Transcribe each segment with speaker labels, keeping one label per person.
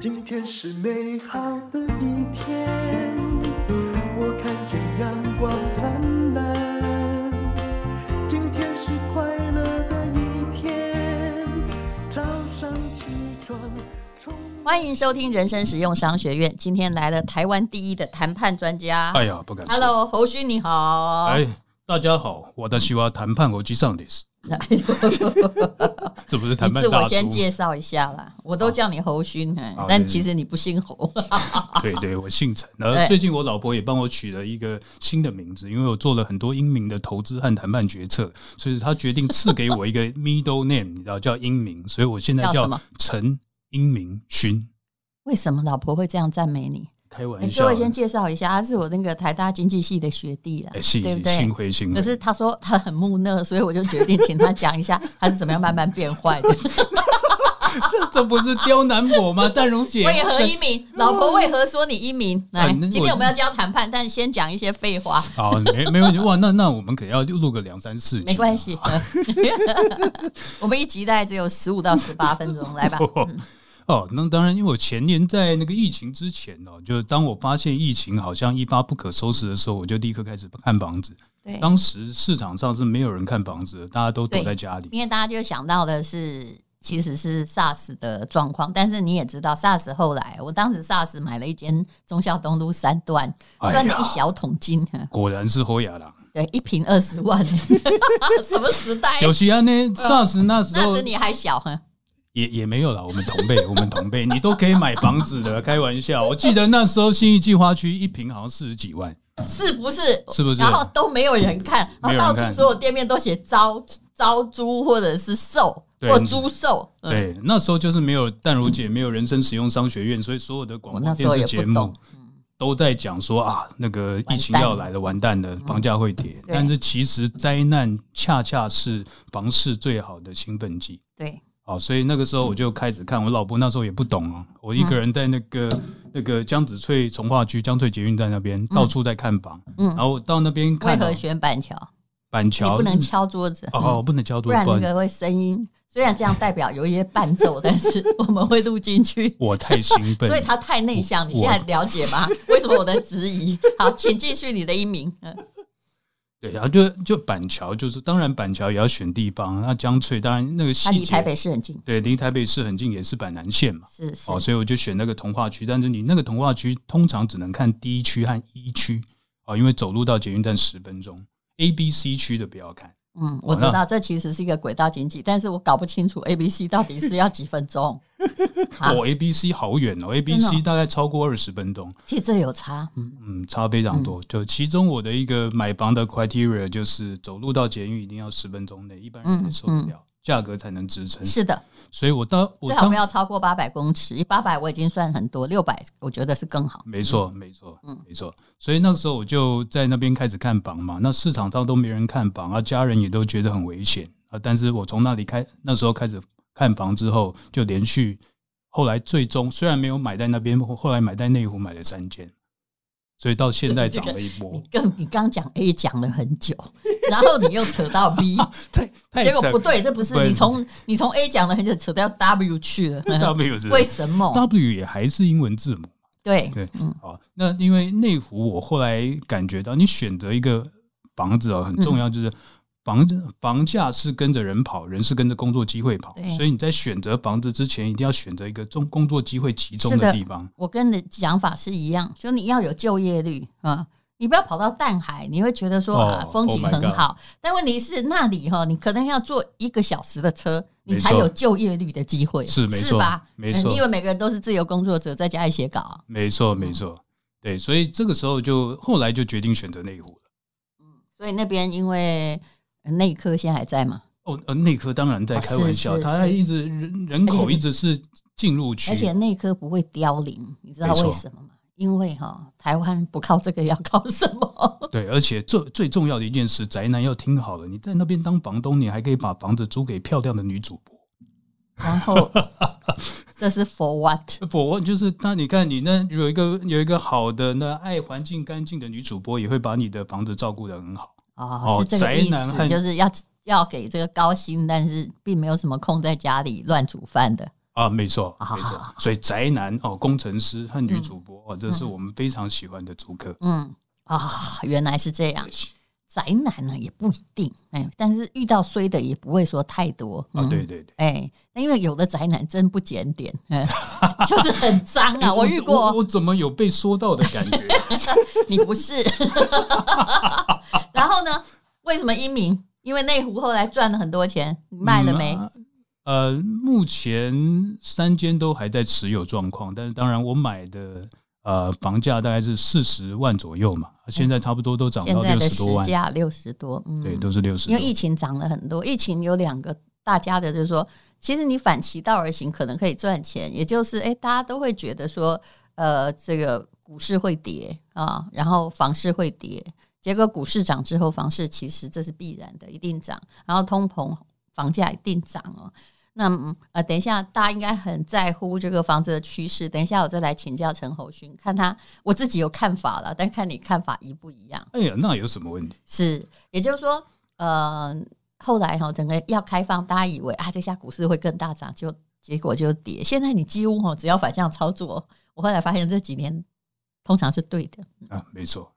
Speaker 1: 今天是美好的一天，我看见阳光灿烂。今天是快乐的一天，早上起床充满
Speaker 2: 欢迎收听人生实用商学院。今天来了台湾第一的谈判专家、
Speaker 3: 哎呀，不敢说。
Speaker 2: h e l l o 侯勋你好。
Speaker 3: 哎，大家好，我的希望谈判国际上的是，这不是谈
Speaker 2: 你
Speaker 3: 判
Speaker 2: 自我
Speaker 3: 大
Speaker 2: 先
Speaker 3: 叔？
Speaker 2: 介绍一下啦，我都叫你侯勋，哎
Speaker 3: 好
Speaker 2: 但
Speaker 3: 对
Speaker 2: 其实你不姓侯。
Speaker 3: 对对，我姓陈。
Speaker 2: 对
Speaker 3: 而最近我老婆也帮我取了一个新的名字，因为我做了很多英明的投资和谈判决策，所以她决定赐给我一个 middle name，你知道叫英明，所以我现在
Speaker 2: 叫什
Speaker 3: 叫
Speaker 2: 么
Speaker 3: 陈英明勋。
Speaker 2: 为什么老婆会这样赞美你？
Speaker 3: 开玩
Speaker 2: 哎
Speaker 3: 笑
Speaker 2: 各
Speaker 3: 的，
Speaker 2: 位先介绍一下，他是我那个台大经济系的学弟啦，
Speaker 3: 哎，是
Speaker 2: 对不
Speaker 3: 是幸
Speaker 2: 对？
Speaker 3: 会幸
Speaker 2: 可
Speaker 3: 会。
Speaker 2: 是他说他很木讷，所以我就决定请他讲一下他是怎么样慢慢变坏 的。
Speaker 3: 这不是刁难我 吗？淡如姐
Speaker 2: 为何英明？老婆为何说你英明？来，
Speaker 3: 哎那
Speaker 2: 今
Speaker 3: 我
Speaker 2: 天我们要教谈判，但先讲一些废话，
Speaker 3: 好，没没问题。哇，那那我们可能要录个两三次，
Speaker 2: 没关系。 我们一集大概只有十五到十八分钟， 来吧。
Speaker 3: 哦，那当然，因为我前年在那个疫情之前哦，就是当我发现疫情好像一发不可收拾的时候，我就立刻开始看房子。
Speaker 2: 对，
Speaker 3: 当时市场上是没有人看房子的，大家都躲
Speaker 2: 对
Speaker 3: 在家里。
Speaker 2: 因为大家就想到的是，其实是 SARS 的状况，但是你也知道，SARS 后来，我当时 SARS 买了一间忠孝东路三段，
Speaker 3: 哎呀
Speaker 2: 赚了一小桶金，呵
Speaker 3: 果然是侯亚郎，
Speaker 2: 对，一瓶二十万， 什么时代？
Speaker 3: 有西啊安呢，SARS 那时
Speaker 2: 嗯那
Speaker 3: 候
Speaker 2: 时你还小，呵
Speaker 3: 也也没有啦，我们同辈，我们同辈，你都可以买房子的， 开玩笑。我记得那时候新义计划区一平好像四十几万，
Speaker 2: 是不是？
Speaker 3: 是不是
Speaker 2: 然后都没有人看，
Speaker 3: 没有
Speaker 2: 然后
Speaker 3: 人
Speaker 2: 到
Speaker 3: 看
Speaker 2: 处所有店面都写招招租或者是售
Speaker 3: 对
Speaker 2: 或租售，嗯，
Speaker 3: 对，那时候就是没有淡如姐，没有人生使用商学院，所以所有的
Speaker 2: 我
Speaker 3: 广播
Speaker 2: 那时
Speaker 3: 电
Speaker 2: 候
Speaker 3: 视
Speaker 2: 也
Speaker 3: 节
Speaker 2: 不
Speaker 3: 目
Speaker 2: 懂。
Speaker 3: 都在讲说啊，那个疫情要来了，完蛋了，房价会跌。
Speaker 2: 对
Speaker 3: 但是其实灾难恰恰是房市最好的兴奋剂。
Speaker 2: 对，
Speaker 3: 好，所以那个时候我就开始看，我老婆那时候也不懂啊，我一个人在那个、那个江子翠从化区江翠捷运站那边到处在看房，
Speaker 2: 嗯
Speaker 3: 然后我到那边
Speaker 2: 为
Speaker 3: 看
Speaker 2: 何
Speaker 3: 哦
Speaker 2: 选板桥？
Speaker 3: 板
Speaker 2: 你
Speaker 3: 桥，
Speaker 2: 不能敲桌子。
Speaker 3: 哦
Speaker 2: 嗯
Speaker 3: 哦，不能交
Speaker 2: 不
Speaker 3: 多
Speaker 2: 然那
Speaker 3: 关，
Speaker 2: 个会声音，虽然这样代表有一些伴奏， 但是我们会录进去。
Speaker 3: 我太兴奋
Speaker 2: 所以
Speaker 3: 了。
Speaker 2: 他太内向，你
Speaker 3: 我
Speaker 2: 现在了解吗？为什么我的质疑？好，请继续你的一名。嗯
Speaker 3: 对，然后就就板桥，就是当然板桥也要选地方，那江翠当然那
Speaker 2: 他
Speaker 3: 个细
Speaker 2: 离
Speaker 3: 节，
Speaker 2: 台北市很近，
Speaker 3: 对，离台北市很近，也是板南线嘛。
Speaker 2: 是是
Speaker 3: 哦，所以我就选那个童话区。但是你那个童话区通常只能看 D 区和 E 区哦，因为走路到捷运站十分钟。A、B、C 区的不要看。
Speaker 2: 嗯，我知道这其实是一个轨道经济，但是我搞不清楚 A、B、C 到底是要几分 钟。啊
Speaker 3: 哦，A、B、C 好远哦，A、B、
Speaker 2: 真的
Speaker 3: C
Speaker 2: 哦
Speaker 3: 大概超过二十分钟，
Speaker 2: 其实这有差，嗯，
Speaker 3: 嗯，差非常多。就其中我的一个买房的 criteria 就是走路到捷运一定要十分钟内，一般人才受得
Speaker 2: 嗯
Speaker 3: 了，价格才能支撑。
Speaker 2: 是的，
Speaker 3: 所以我当我
Speaker 2: 最好
Speaker 3: 当
Speaker 2: 不要超过八百公尺，八百我已经算很多，六百我觉得是更好。
Speaker 3: 没错，没错，
Speaker 2: 嗯
Speaker 3: 没错。所以那个时候我就在那边开始看房嘛，那市场上都没人看房啊，家人也都觉得很危险啊。但是我从那里开，那时候开始看房之后，就连续后来最终虽然没有买在那边，后来买在内湖买了三间，所以到现在涨了一波
Speaker 2: 你，更你刚讲 A 讲了很久， 然后你又扯到 B，
Speaker 3: 太太
Speaker 2: 结果
Speaker 3: 扯
Speaker 2: 不对，这不是
Speaker 3: 哎不是
Speaker 2: 你从你从 A 讲了很久扯到 W 去了，嗯
Speaker 3: W 是
Speaker 2: 为什么？
Speaker 3: W 也还是英文字母。
Speaker 2: 对，
Speaker 3: 对
Speaker 2: 嗯，
Speaker 3: 好，那因为内湖，我后来感觉到，你选择一个房子哦，很
Speaker 2: 嗯
Speaker 3: 重要，就是房子房价是跟着人跑，人是跟着工作机会跑
Speaker 2: 对，
Speaker 3: 所以你在选择房子之前，一定要选择一个中工作机会集中
Speaker 2: 是的
Speaker 3: 的地方。
Speaker 2: 我跟你的讲法是一样，就你要有就业率啊。你不要跑到淡海，你会觉得说、
Speaker 3: 哦
Speaker 2: 啊风景
Speaker 3: Oh my
Speaker 2: 很好但问题是那里哈，你可能要坐一个小时的车，你
Speaker 3: 没
Speaker 2: 才
Speaker 3: 错
Speaker 2: 有就业率的机会，
Speaker 3: 是没错
Speaker 2: 吧？
Speaker 3: 没
Speaker 2: 嗯
Speaker 3: 错
Speaker 2: 你以为每个人都是自由工作者在家里写稿啊？
Speaker 3: 没错，没错，对，所以这个时候就后来就决定选择内湖了。
Speaker 2: 所以那边因为呃内科现在还在嘛，
Speaker 3: 哦，呃，内科当然在
Speaker 2: 哦
Speaker 3: 开
Speaker 2: 是
Speaker 3: 玩笑，
Speaker 2: 是
Speaker 3: 它
Speaker 2: 是
Speaker 3: 还一直人人口一直是进入区
Speaker 2: 而，且内科不会凋零，你知道
Speaker 3: 没错
Speaker 2: 为什么吗？因为哈、台湾不靠这个，要靠什 么？
Speaker 3: 对，而且最最重要的一件事，宅男要听好了，你在那边当房东，你还可以把房子租给漂亮的女主播。
Speaker 2: 然后这是 for what？
Speaker 3: 不，就是那你看，你那有一个有一个好的那爱环境干净的女主播，也会把你的房子照顾得很好。
Speaker 2: 哦，
Speaker 3: 哦
Speaker 2: 是这个意
Speaker 3: 宅男和
Speaker 2: 思，就是要要给这个高薪，但是并没有什么空在家里乱煮饭的。
Speaker 3: 啊，没错，
Speaker 2: 好
Speaker 3: 没
Speaker 2: 好
Speaker 3: 错。所以宅男哦，工程师和女主播哦，这是我们非常喜欢的主客。
Speaker 2: 嗯啊、原来是这样。宅男呢也不一定，哎，但是遇到衰的也不会说太多。
Speaker 3: 啊，
Speaker 2: 嗯
Speaker 3: 对对对。
Speaker 2: 哎，那因为有的宅男真不检点， 哎就是很脏啊。我遇
Speaker 3: 我
Speaker 2: 过，
Speaker 3: 我怎么有被说到的感 觉？
Speaker 2: 你不是。 然后呢？为什么英明？因为内湖后来赚了很多钱，你卖了没？
Speaker 3: 嗯呃，目前三间都还在持有状况，但是当然我买的呃房价大概是四十万左右嘛，现在差不多都涨
Speaker 2: 嗯现
Speaker 3: 到
Speaker 2: 在
Speaker 3: 六
Speaker 2: 的
Speaker 3: 十
Speaker 2: 市
Speaker 3: 多万，
Speaker 2: 价六十多，嗯，
Speaker 3: 对，都是六十
Speaker 2: 因。为疫情涨了很多，疫情有两个大家的就是说，其实你反其道而行，可能可以赚钱，也就是哎，诶大家都会觉得说，呃，这个股市会跌啊，然后房市会跌，结果股市涨之后，房市其实这是必然的，一定涨，然后通膨，房价一定涨哦。那嗯呃，等一下，大家应该很在乎这个房子的趋势。等一下，我再来请教陈侯勋，看他我自己有看法了，但看你看法一不一样。
Speaker 3: 哎呀，那有什么问题？
Speaker 2: 是，也就是说，呃，后来哈、整个要开放，大家以为啊，这下股市会更大涨，就结果就跌。现在你几乎哈、只要反向操作，我后来发现这几年通常是对的。
Speaker 3: 啊，没错，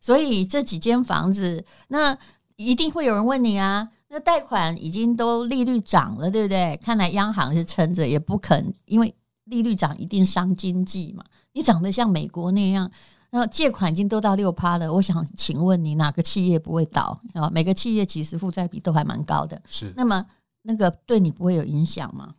Speaker 2: 所以这几间房子，那一定会有人问你啊，那贷款已经都利率涨了，对不对？看来央行是撑着，也不肯，因为利率涨一定伤经济嘛。你涨得像美国那样，那借款已经都到六趴了，我想请问你，哪个企业不会倒啊？每个企业其实负债比都还蛮高的，
Speaker 3: 是。
Speaker 2: 那么那个对你不会有影响吗？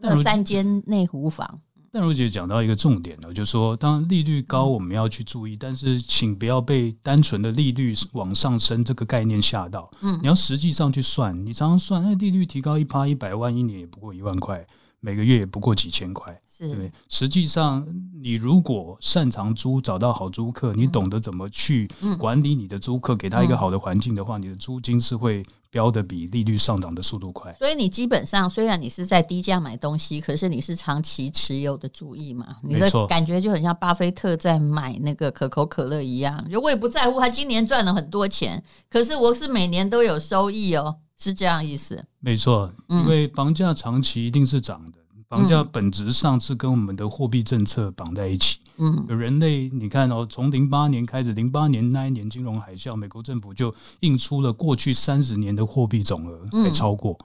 Speaker 3: 但
Speaker 2: 那
Speaker 3: 我
Speaker 2: 三间内湖房，
Speaker 3: 但如姐讲到一个重点呢，就是说，当然利率高
Speaker 2: 嗯
Speaker 3: 我们要去注意，但是请不要被单纯的利率往上升这个概念吓到。
Speaker 2: 嗯
Speaker 3: 你要实际上去算，你常常算，那利率提高一趴一百万，一年也不过一万块，每个月也不过几千块。对不
Speaker 2: 是
Speaker 3: 对，实际上你如果擅长租，找到好租客，
Speaker 2: 嗯
Speaker 3: 你懂得怎么去管理你的租客，给他一个好的环境的话，你的租金是会标的比利率上涨的速度快。
Speaker 2: 所以你基本上虽然你是在低价买东西，可是你是长期持有的主义嘛，你的
Speaker 3: 没错
Speaker 2: 感觉就很像巴菲特在买那个可口可乐一样。就我也不在乎他今年赚了很多钱，可是我是每年都有收益哦，是这样意思。
Speaker 3: 没错，
Speaker 2: 嗯
Speaker 3: 因为房价长期一定是涨的。房价本质上是跟我们的货币政策绑在一起。
Speaker 2: 嗯
Speaker 3: 人类，你看哦，从零八年开始，零八年那一年金融海啸，美国政府就印出了过去三十年的货币总额，
Speaker 2: 嗯
Speaker 3: 还超过。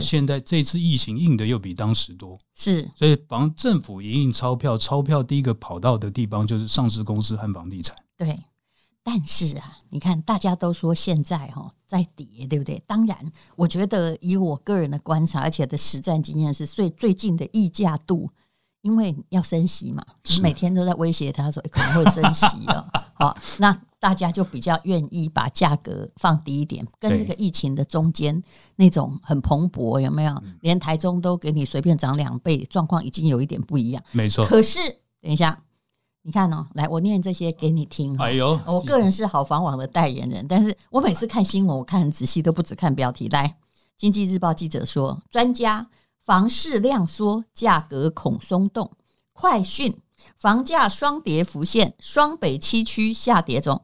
Speaker 2: 是
Speaker 3: 现在这次疫情印的又比当时多，
Speaker 2: 是，
Speaker 3: 所以房政府一印钞票，钞票第一个跑到的地方就是上市公司和房地产。
Speaker 2: 对。但是啊，你看大家都说现在哈、在跌，对不对？当然，我觉得以我个人的观察，而且的实战经验是最最近的溢价度，因为要升息嘛，
Speaker 3: 是
Speaker 2: 每天都在威胁他说、哎诶可能会升息哦。好，那大家就比较愿意把价格放低一点，跟
Speaker 3: 对
Speaker 2: 这个疫情的中间那种很蓬勃，有没有？
Speaker 3: 嗯
Speaker 2: 连台中都给你随便涨两倍，状况已经有一点不一样。
Speaker 3: 没错。
Speaker 2: 可是，等一下，你看哦，来，我念这些给你听、哦。
Speaker 3: 哎呦，
Speaker 2: 我个人是好房网的代言人，但是我每次看新闻，我看很仔细，都不只看标题。来，《经济日报》记者说，专家房市量缩，价格恐松动。快讯，房价双跌浮现，双北七区下跌中，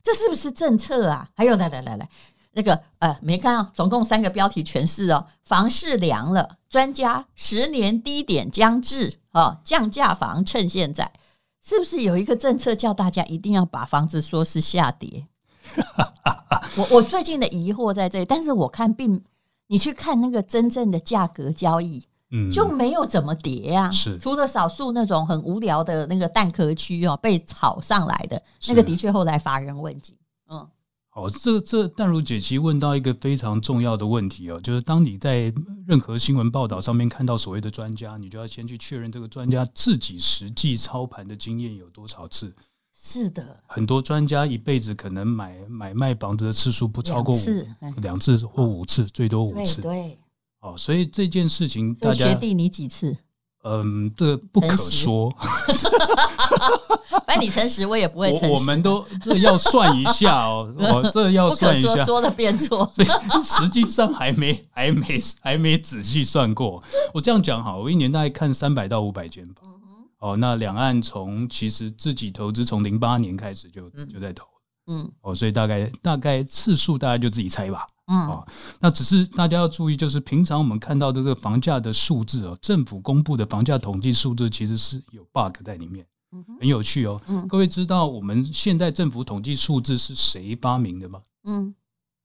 Speaker 2: 这是不是政策啊？还有，来来来来，那个呃，没看啊，总共三个标题全是哦，房市凉了，专家十年低点将至哦，降价房趁现在，是不是有一个政策叫大家一定要把房子说是下跌？ 我我最近的疑惑在这里，但是我看并你去看那个真正的价格交易，
Speaker 3: 嗯，
Speaker 2: 就没有怎么跌啊，
Speaker 3: 是
Speaker 2: 除了少数那种很无聊的那个蛋壳区哦，被炒上来的那个，
Speaker 3: 是
Speaker 2: 的确后来乏人问津。嗯，
Speaker 3: 好，哦这这淡如姐其实问到一个非常重要的问题哦，就是当你在任何新闻报道上面看到所谓的专家，你就要先去确认这个专家自己实际操盘的经验有多少次。
Speaker 2: 是的，
Speaker 3: 很多专家一辈子可能买买卖房子的次数不超过五
Speaker 2: 两次哎
Speaker 3: 两次或五次，最多五
Speaker 2: 对
Speaker 3: 次。
Speaker 2: 对。
Speaker 3: 哦，所以这件事情
Speaker 2: 就
Speaker 3: 大
Speaker 2: 学
Speaker 3: 家
Speaker 2: 弟你几 次？
Speaker 3: 嗯，这个不可
Speaker 2: 诚实
Speaker 3: 说。
Speaker 2: 反正你诚实，我也不会诚实。
Speaker 3: 我我们都这要算一 下哦，我这要
Speaker 2: 不可
Speaker 3: 算一
Speaker 2: 说
Speaker 3: 下，
Speaker 2: 说了便 错。
Speaker 3: 实际上还没还没还没仔细算过。我这样讲好，我一年大概看三百到五百间吧。
Speaker 2: 嗯
Speaker 3: 哦，那两岸从其实自己投资从零八年开始就就在投
Speaker 2: 嗯
Speaker 3: 哦，所以大概大概次数大家就自己猜吧。
Speaker 2: 嗯
Speaker 3: 哦那只是大家要注意，就是平常我们看到的这个房价的数字哦，政府公布的房价统计数字其实是有 bug 在里面，
Speaker 2: 嗯哼
Speaker 3: 很有趣哦。
Speaker 2: 嗯
Speaker 3: 各位知道我们现在政府统计数字是谁发明的吗？
Speaker 2: 嗯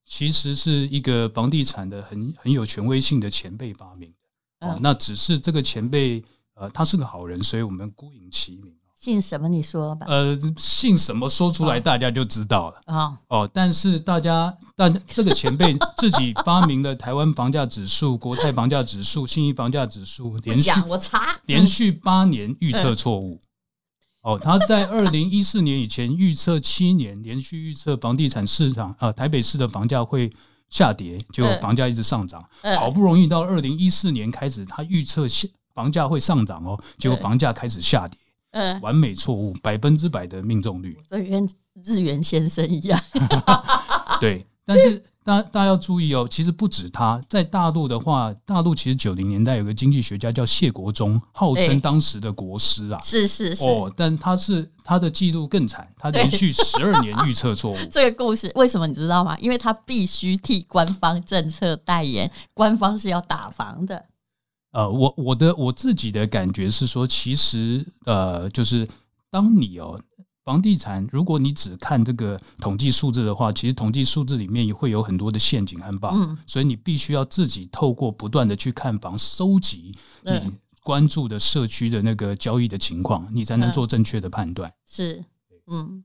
Speaker 3: 其实是一个房地产的很很有权威性的前辈发明的。哦
Speaker 2: 嗯，
Speaker 3: 那只是这个前辈呃，他是个好人，所以我们孤影其名。
Speaker 2: 姓什么？你说吧。
Speaker 3: 呃，姓什么说
Speaker 2: 嗯
Speaker 3: 出来大家就知道了。
Speaker 2: 啊，
Speaker 3: 哦，但是大家，但这个前辈自己发明了台湾房价指数、国泰房价指数、信义房价指 数，
Speaker 2: 不
Speaker 3: 连续
Speaker 2: 讲我查。
Speaker 3: 连续八年预测错误。
Speaker 2: 嗯
Speaker 3: 哦，他在二零一四年以前预测七年，连续预测房地产市场啊、呃台北市的房价会下跌，结果
Speaker 2: 嗯
Speaker 3: 房价一直上涨。
Speaker 2: 嗯
Speaker 3: 好不容易到二零一四年开始，他预测下房价会上涨哦，结果
Speaker 2: 嗯
Speaker 3: 房价开始下跌，
Speaker 2: 嗯，
Speaker 3: 完美错误，百分之百的命中率。
Speaker 2: 这跟日元先生一样。啊
Speaker 3: 对，但是大大家要注意哦，其实不止他，在大陆的话，大陆其实九零年代有个经济学家叫谢国忠，号
Speaker 2: 哎
Speaker 3: 称当时的国师啊。
Speaker 2: 是是是，
Speaker 3: 哦，但他是他的记录更惨，他
Speaker 2: 对
Speaker 3: 连续十二年预 测错误。
Speaker 2: 这个故事为什么你知道吗？因为他必须替官方政策代言，官方是要打房的。
Speaker 3: 呃，我我的我自己的感觉是说，其实呃，就是当你哦，房地产，如果你只看这个统计数字的话，其实统计数字里面也会有很多的陷阱和 bug，、
Speaker 2: 嗯
Speaker 3: 所以你必须要自己透过不断的去看房，收集
Speaker 2: 对
Speaker 3: 你关注的社区的那个交易的情况，你才能
Speaker 2: 嗯
Speaker 3: 做正确的判断。
Speaker 2: 是，嗯，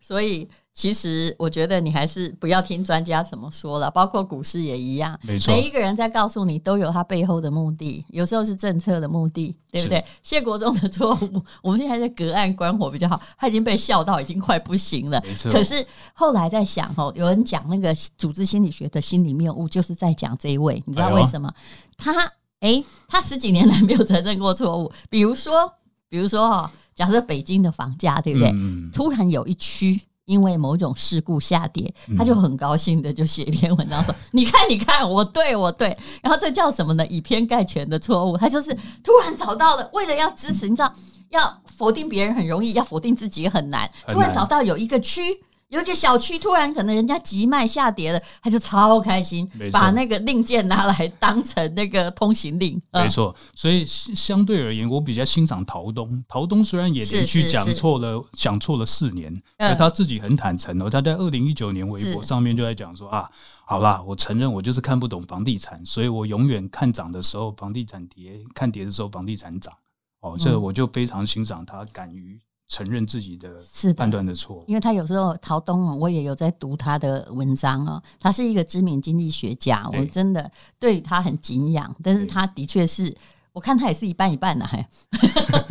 Speaker 2: 所以其实我觉得你还是不要听专家怎么说了，包括股市也一样。
Speaker 3: 没错，
Speaker 2: 每一个人在告诉你，都有他背后的目的，有时候是政策的目的，对不对？谢国忠的错误，我们现在在隔岸观火比较好，他已经被笑到已经快不行了
Speaker 3: 没。错
Speaker 2: 可是后来在想哦，有人讲那个组织心理学的心理谬误，就是在讲这一位，你知道
Speaker 3: 哎呦
Speaker 2: 为什么？他诶，他十几年来没有承认过错误，比如说，比如说哦，假设北京的房价，对不对？
Speaker 3: 嗯，
Speaker 2: 突然有一区因为某种事故下跌，
Speaker 3: 嗯
Speaker 2: 他就很高兴的就写一篇文章说：“你看，你看，我对我对。”然后这叫什么呢？以偏概全的错误。他就是突然找到了，为了要支持，你知道，要否定别人很容易，要否定自己也很难。
Speaker 3: 很难
Speaker 2: 突然找到有一个区。有一个小区突然可能人家急卖下跌了，他就超开心
Speaker 3: 没，错
Speaker 2: 把那个令箭拿来当成那个通行令。嗯
Speaker 3: 没错，所以相相对而言，我比较欣赏陶东。陶东虽然也
Speaker 2: 是
Speaker 3: 连续
Speaker 2: 是
Speaker 3: 讲
Speaker 2: 是
Speaker 3: 错了，讲错了四年，
Speaker 2: 嗯
Speaker 3: 可他自己很坦诚哦。他在二零一九年微博
Speaker 2: 是
Speaker 3: 上面就在讲说啊，好啦，我承认我就是看不懂房地产，所以我永远看涨的时候房地产跌，看跌的时候房地产涨。哦，这
Speaker 2: 嗯
Speaker 3: 我就非常欣赏他敢于承认自己的
Speaker 2: 是的嗯
Speaker 3: 判断的错误。
Speaker 2: 因为他有时候陶东啊，我也有在读他的文章哦，他是一个知名经济学家，
Speaker 3: 对
Speaker 2: 我真的对他很敬仰，但是
Speaker 3: 对
Speaker 2: 他的确是。我看他也是一半一半的、嘿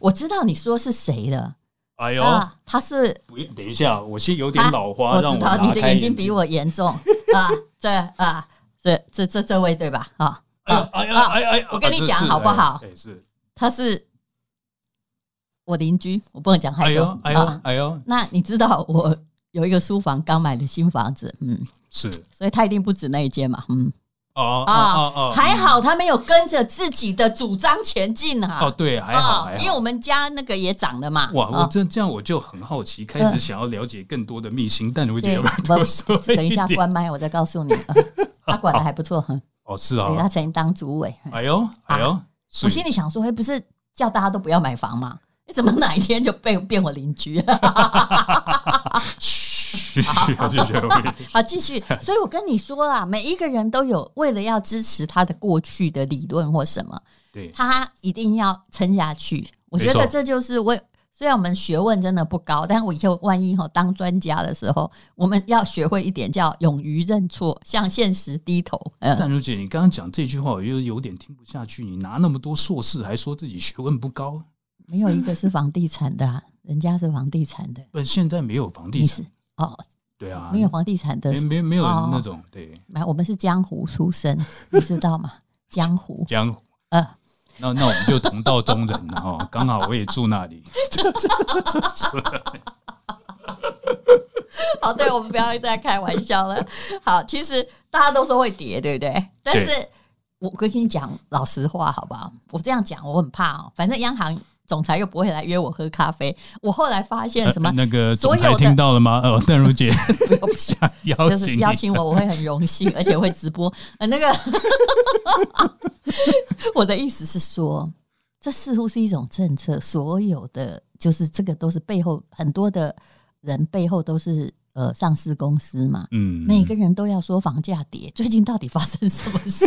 Speaker 2: 我知道你说是谁了
Speaker 3: 哎呦，
Speaker 2: 啊？他是
Speaker 3: 不要，等一下，我先有点
Speaker 2: 啊
Speaker 3: 老花，让
Speaker 2: 知道
Speaker 3: 拿
Speaker 2: 你的
Speaker 3: 开
Speaker 2: 眼睛比我严重啊，这啊这这这这位对吧？啊，
Speaker 3: 哎呀哎呀哎呀哎呀！
Speaker 2: 我跟你
Speaker 3: 是
Speaker 2: 讲
Speaker 3: 是
Speaker 2: 好不
Speaker 3: 哎
Speaker 2: 好
Speaker 3: 哎是，
Speaker 2: 他是我邻居，我不能讲
Speaker 3: 哎
Speaker 2: 太多
Speaker 3: 呦哎呦
Speaker 2: 啊。
Speaker 3: 哎呦，
Speaker 2: 那你知道我有一个书房刚买的新房子，嗯，
Speaker 3: 是
Speaker 2: 所以他一定不止那一间嘛，嗯。
Speaker 3: 哦哦
Speaker 2: 啊、
Speaker 3: 哦哦，
Speaker 2: 还好他没有跟着自己的主张前进啊。
Speaker 3: 哦，对，还好
Speaker 2: 啊
Speaker 3: 还
Speaker 2: 因为
Speaker 3: 好。
Speaker 2: 我们家那个也涨了嘛。
Speaker 3: 哇，我
Speaker 2: 啊嗯
Speaker 3: 这这样我就很好奇，开始想要了解更多的秘辛，但你会觉
Speaker 2: 对
Speaker 3: 得要不要多说
Speaker 2: 等一下
Speaker 3: 点
Speaker 2: 关麦，我再告诉 你。啊他管的还不错，哼，
Speaker 3: 哦，是
Speaker 2: 对他
Speaker 3: 啊，
Speaker 2: 曾经当主委。
Speaker 3: 哎呦哎呦，
Speaker 2: 我
Speaker 3: 所
Speaker 2: 心
Speaker 3: 以
Speaker 2: 里想说，哎，不是叫大家都不要买房吗？ 你怎么哪一天就被变我邻居？
Speaker 3: 嘘， 谢谢我
Speaker 2: 好，继 续。所以我跟你说啦，每一个人都有为了要支持他的过去的理论或什么，
Speaker 3: 对，
Speaker 2: 他一定要撑下去。我觉
Speaker 3: 没
Speaker 2: 得
Speaker 3: 错
Speaker 2: 这就是我，虽然我们学问真的不高，但我以后万一哈当专家的时候，我们要学会一点叫勇于认错，向现实低头。嗯，
Speaker 3: 淡如姐，你刚刚讲这句话，我又有点听不下去。你拿那么多硕士，还说自己学问不高，
Speaker 2: 没有一个是房地产的啊、人家是房地产的，
Speaker 3: 但现在没有房地
Speaker 2: 你是
Speaker 3: 产，
Speaker 2: 哦，
Speaker 3: 对啊，
Speaker 2: 没有房地产的
Speaker 3: 没，没没有
Speaker 2: 哦
Speaker 3: 那种对
Speaker 2: 买我们是江湖出身，你知道吗？江湖，
Speaker 3: 江湖。
Speaker 2: 呃，
Speaker 3: 那那我们就同道中人了哈， 刚好我也住那里。
Speaker 2: 好，哦对，我们不要再开玩笑了。好，其实大家都说会跌，对不对？但是我跟你讲老实话，好不好？我这样讲我很怕哦。反正央行总裁又不会来约我喝咖啡。我后来发现什么
Speaker 3: 呃？那个总
Speaker 2: 所
Speaker 3: 裁
Speaker 2: 有的
Speaker 3: 听到了吗？呃， 邓如姐
Speaker 2: 不用不是
Speaker 3: 邀
Speaker 2: 就
Speaker 3: 请
Speaker 2: 是
Speaker 3: 你
Speaker 2: 邀请我，我会很荣幸，而且会直播。呃，那个， 我的意思是说，这似乎是一种政策，所有的就是这个都是背后很多的人背后都是呃上市公司嘛。
Speaker 3: 嗯，
Speaker 2: 每个人都要说房价跌， 最近到底发生什么 事？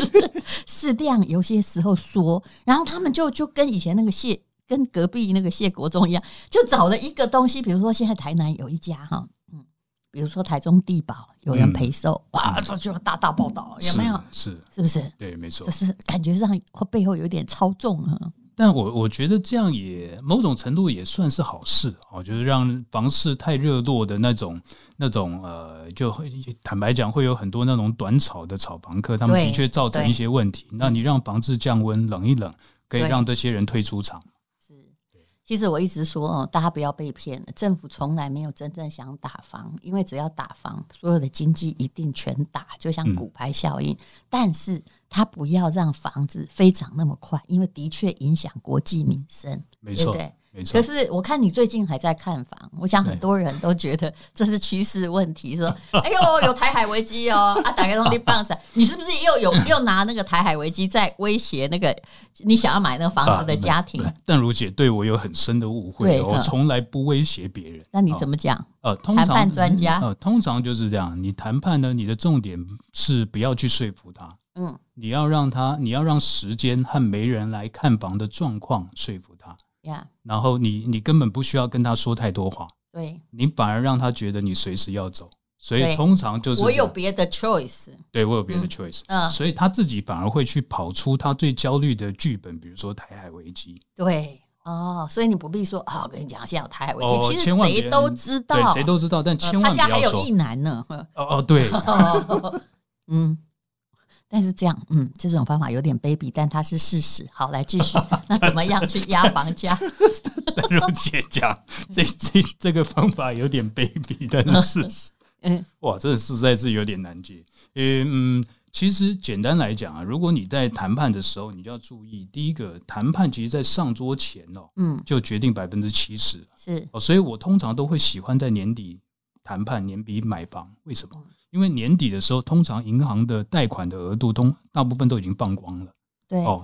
Speaker 2: 适量有些时候说，然后他们就就跟以前那个谢跟隔壁那个谢国忠一样，就找了一个东西，比如说现在台南有一家哈，嗯，比如说台中地保有人陪售，哇，这就大大报道，有
Speaker 3: 是
Speaker 2: 没有？
Speaker 3: 嗯是，
Speaker 2: 是不是？
Speaker 3: 对，没错
Speaker 2: 这。是感觉上会背后有点操纵啊，
Speaker 3: 但我我觉得这样也某种程度也算是好事哦，就是让房市太热络的那种那种呃，就会坦白讲，会有很多那种短炒的炒房客，他们
Speaker 2: 对
Speaker 3: 的确造成
Speaker 2: 对嗯
Speaker 3: 一些问题。那你让房市降温，冷一冷，可以
Speaker 2: 对
Speaker 3: 让这些人退出场。
Speaker 2: 其实我一直说哦，大家不要被骗了，政府从来没有真正想打房，因为只要打房，所有的经济一定全打，就像
Speaker 3: 嗯
Speaker 2: 骨牌效应。但是它不要让房子飞涨那么快，因为的确影响国计民生，
Speaker 3: 没
Speaker 2: 对不
Speaker 3: 错，
Speaker 2: 对？
Speaker 3: 没错
Speaker 2: 可。是我看你最近还在看房，我想很多人都觉得这是趋势问题， 说哎呦有台海危机哦，啊打开东西棒噻，你是不是又有又拿那个台海危机在威胁那个你想要买那个房子的家庭？
Speaker 3: 啊但如姐对我有很深的误会
Speaker 2: 对
Speaker 3: 哦，我
Speaker 2: 嗯
Speaker 3: 从来不威胁别人。
Speaker 2: 那你
Speaker 3: 哦
Speaker 2: 怎么讲？
Speaker 3: 呃，通
Speaker 2: 谈
Speaker 3: 常
Speaker 2: 判专家
Speaker 3: 呃，通常就是这样。你谈判呢，你的重点是不要去说服他，
Speaker 2: 嗯，
Speaker 3: 你要让他，你要让时间和没人来看房的状况说服他。
Speaker 2: 呀、
Speaker 3: 然后你你根本不需要跟他说太多话，
Speaker 2: 对
Speaker 3: 你反而让他觉得你随时要走。所以
Speaker 2: 对
Speaker 3: 通常就是
Speaker 2: 我
Speaker 3: 这样
Speaker 2: 有别的 choice，
Speaker 3: 对我有别的 choice，、
Speaker 2: 嗯
Speaker 3: 所以他自己反而会去跑出他最焦虑的剧本，比如说台海危机，
Speaker 2: 对哦，所以你不必说哦，我跟你讲，现在有台海危机，
Speaker 3: 哦
Speaker 2: 其实
Speaker 3: 千万别
Speaker 2: 谁都知道，
Speaker 3: 对，谁都知道，但
Speaker 2: 呃
Speaker 3: 千万
Speaker 2: 他
Speaker 3: 不
Speaker 2: 家还
Speaker 3: 要
Speaker 2: 有
Speaker 3: 说
Speaker 2: 一。男 呢，
Speaker 3: 哦哦，对，
Speaker 2: 哦，嗯，但是这样，嗯，这种方法有点卑鄙，但它是事实。好，来继续， 那怎么样去压房价？
Speaker 3: 但如姐讲， 这这这个方法有点卑鄙，但是 事实，
Speaker 2: 嗯，
Speaker 3: 哇，这实在是有点难解。嗯，其实简单来讲啊，如果你在谈判的时候，你就要注意，第一个，谈判其实在上桌前哦，
Speaker 2: 嗯，
Speaker 3: 就决定百分之七十
Speaker 2: 是
Speaker 3: 哦，所以我通常都会喜欢在年底谈判，年底买房，为什
Speaker 2: 嗯
Speaker 3: 么？因为年底的时候，通常银行的贷款的额度通大部分都已经放光了。
Speaker 2: 对，
Speaker 3: 哦，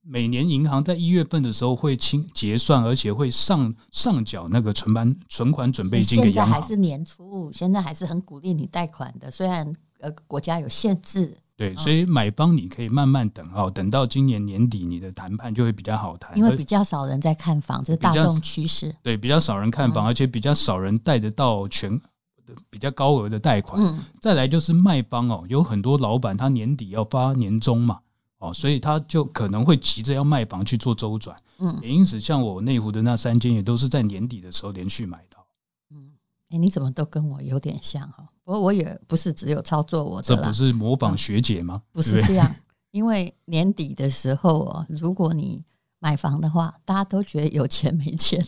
Speaker 3: 每年银行在一月份的时候会清结算，而且会上上缴那个存款存款准备金给
Speaker 2: 现在
Speaker 3: 央
Speaker 2: 还
Speaker 3: 行。
Speaker 2: 是年初，现在还是很鼓励你贷款的，虽然呃国家有限制，
Speaker 3: 对，所以买方你可以慢慢等哦，等到今年年底你的谈判就会比较好谈，
Speaker 2: 因为
Speaker 3: 而
Speaker 2: 比较少人在看房，这是
Speaker 3: 比较
Speaker 2: 大众趋势。
Speaker 3: 对比较少人看
Speaker 2: 嗯
Speaker 3: 房，而且比较少人贷得到全比较高额的贷款。
Speaker 2: 嗯，
Speaker 3: 再来就是卖方哦，有很多老板他年底要发年终嘛，哦，所以他就可能会急着要卖房去做周转。
Speaker 2: 嗯
Speaker 3: 也因此像我内湖的那三间也都是在年底的时候连续买到。
Speaker 2: 哎、你怎么都跟我有点像哈、不过我也不是只有操作我
Speaker 3: 这
Speaker 2: 的啦
Speaker 3: 不，是模仿学姐吗？
Speaker 2: 不
Speaker 3: 对
Speaker 2: 是
Speaker 3: 对
Speaker 2: 这样，因为年底的时候哦，如果你买房的话，大家都觉得有钱没钱，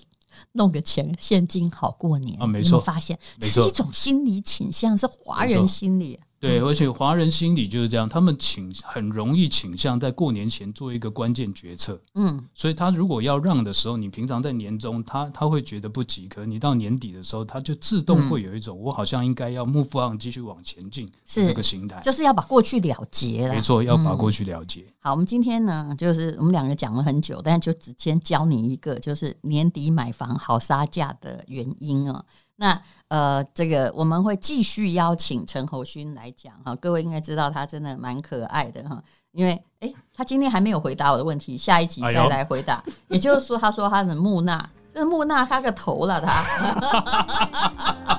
Speaker 2: 弄个钱现金好过年
Speaker 3: 啊没
Speaker 2: 你有有
Speaker 3: 错
Speaker 2: 发现这
Speaker 3: 没
Speaker 2: 是
Speaker 3: 错
Speaker 2: 一种心理倾向，是华
Speaker 3: 没
Speaker 2: 人
Speaker 3: 错
Speaker 2: 心理。
Speaker 3: 对，而且华人心理就是这样，他们倾很容易倾向在过年前做一个关键决策，
Speaker 2: 嗯，
Speaker 3: 所以他如果要让的时候，你平常在年中他他会觉得不及格，你到年底的时候，他就自
Speaker 2: 嗯
Speaker 3: 动会有一种、我好像应该要 move on 继续往前进
Speaker 2: 是
Speaker 3: 这个心态。
Speaker 2: 就是要把过去了结了嗯
Speaker 3: 没。错，要把过去了解。
Speaker 2: 好，我们今天呢，就是我们两个讲了很久，但就只先教你一个，就是年底买房好杀价的原因哦。那呃，这个我们会继续邀请陈侯勋来讲哈，各位应该知道他真的蛮可爱的哈，因为诶，他今天还没有回答我的问题，下一集
Speaker 3: 哎
Speaker 2: 再
Speaker 3: 呦
Speaker 2: 来回答。也就是说，他说他的木讷，这木讷他个头了他。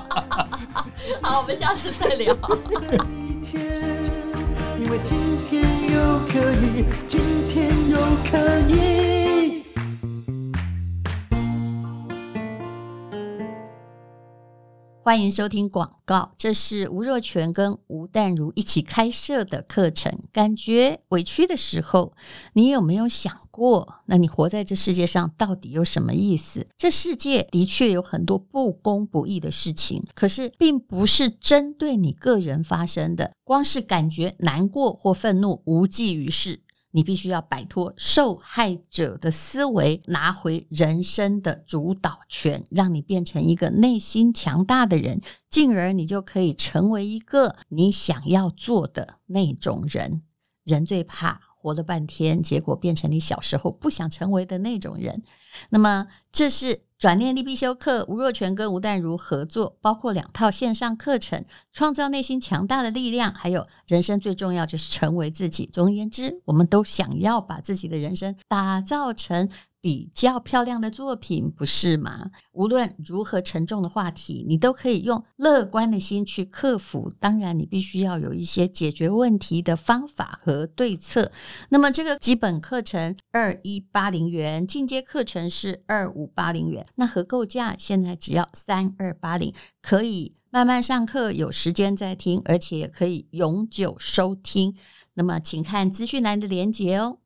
Speaker 2: 好，我们下次再聊。
Speaker 1: 一天，因为今天又可以，今天又可以。
Speaker 2: 欢迎收听广告，这是吴若权跟吴淡如一起开设的课程。感觉委屈的时候，你有没有想过，那你活在这世界上到底有什么意思？这世界的确有很多不公不义的事情，可是并不是针对你个人发生的。光是感觉难过或愤怒，无济于事。你必须要摆脱受害者的思维，拿回人生的主导权，让你变成一个内心强大的人，进而你就可以成为一个你想要做的那种人。人最怕活了半天，结果变成你小时候不想成为的那种人。那么，这是转念力必修课，吴若权跟吴淡如合作，包括两套线上课程，创造内心强大的力量，还有人生最重要就是成为自己。总而言之，我们都想要把自己的人生打造成。比较漂亮的作品，不是吗？无论如何沉重的话题，你都可以用乐观的心去克服。当然，你必须要有一些解决问题的方法和对策。那么这个基本课程二一八零元，进阶课程是二五八零元，那合购价现在只要三二八零，可以慢慢上课，有时间再听，而且也可以永久收听。那么请看资讯栏的连结哦。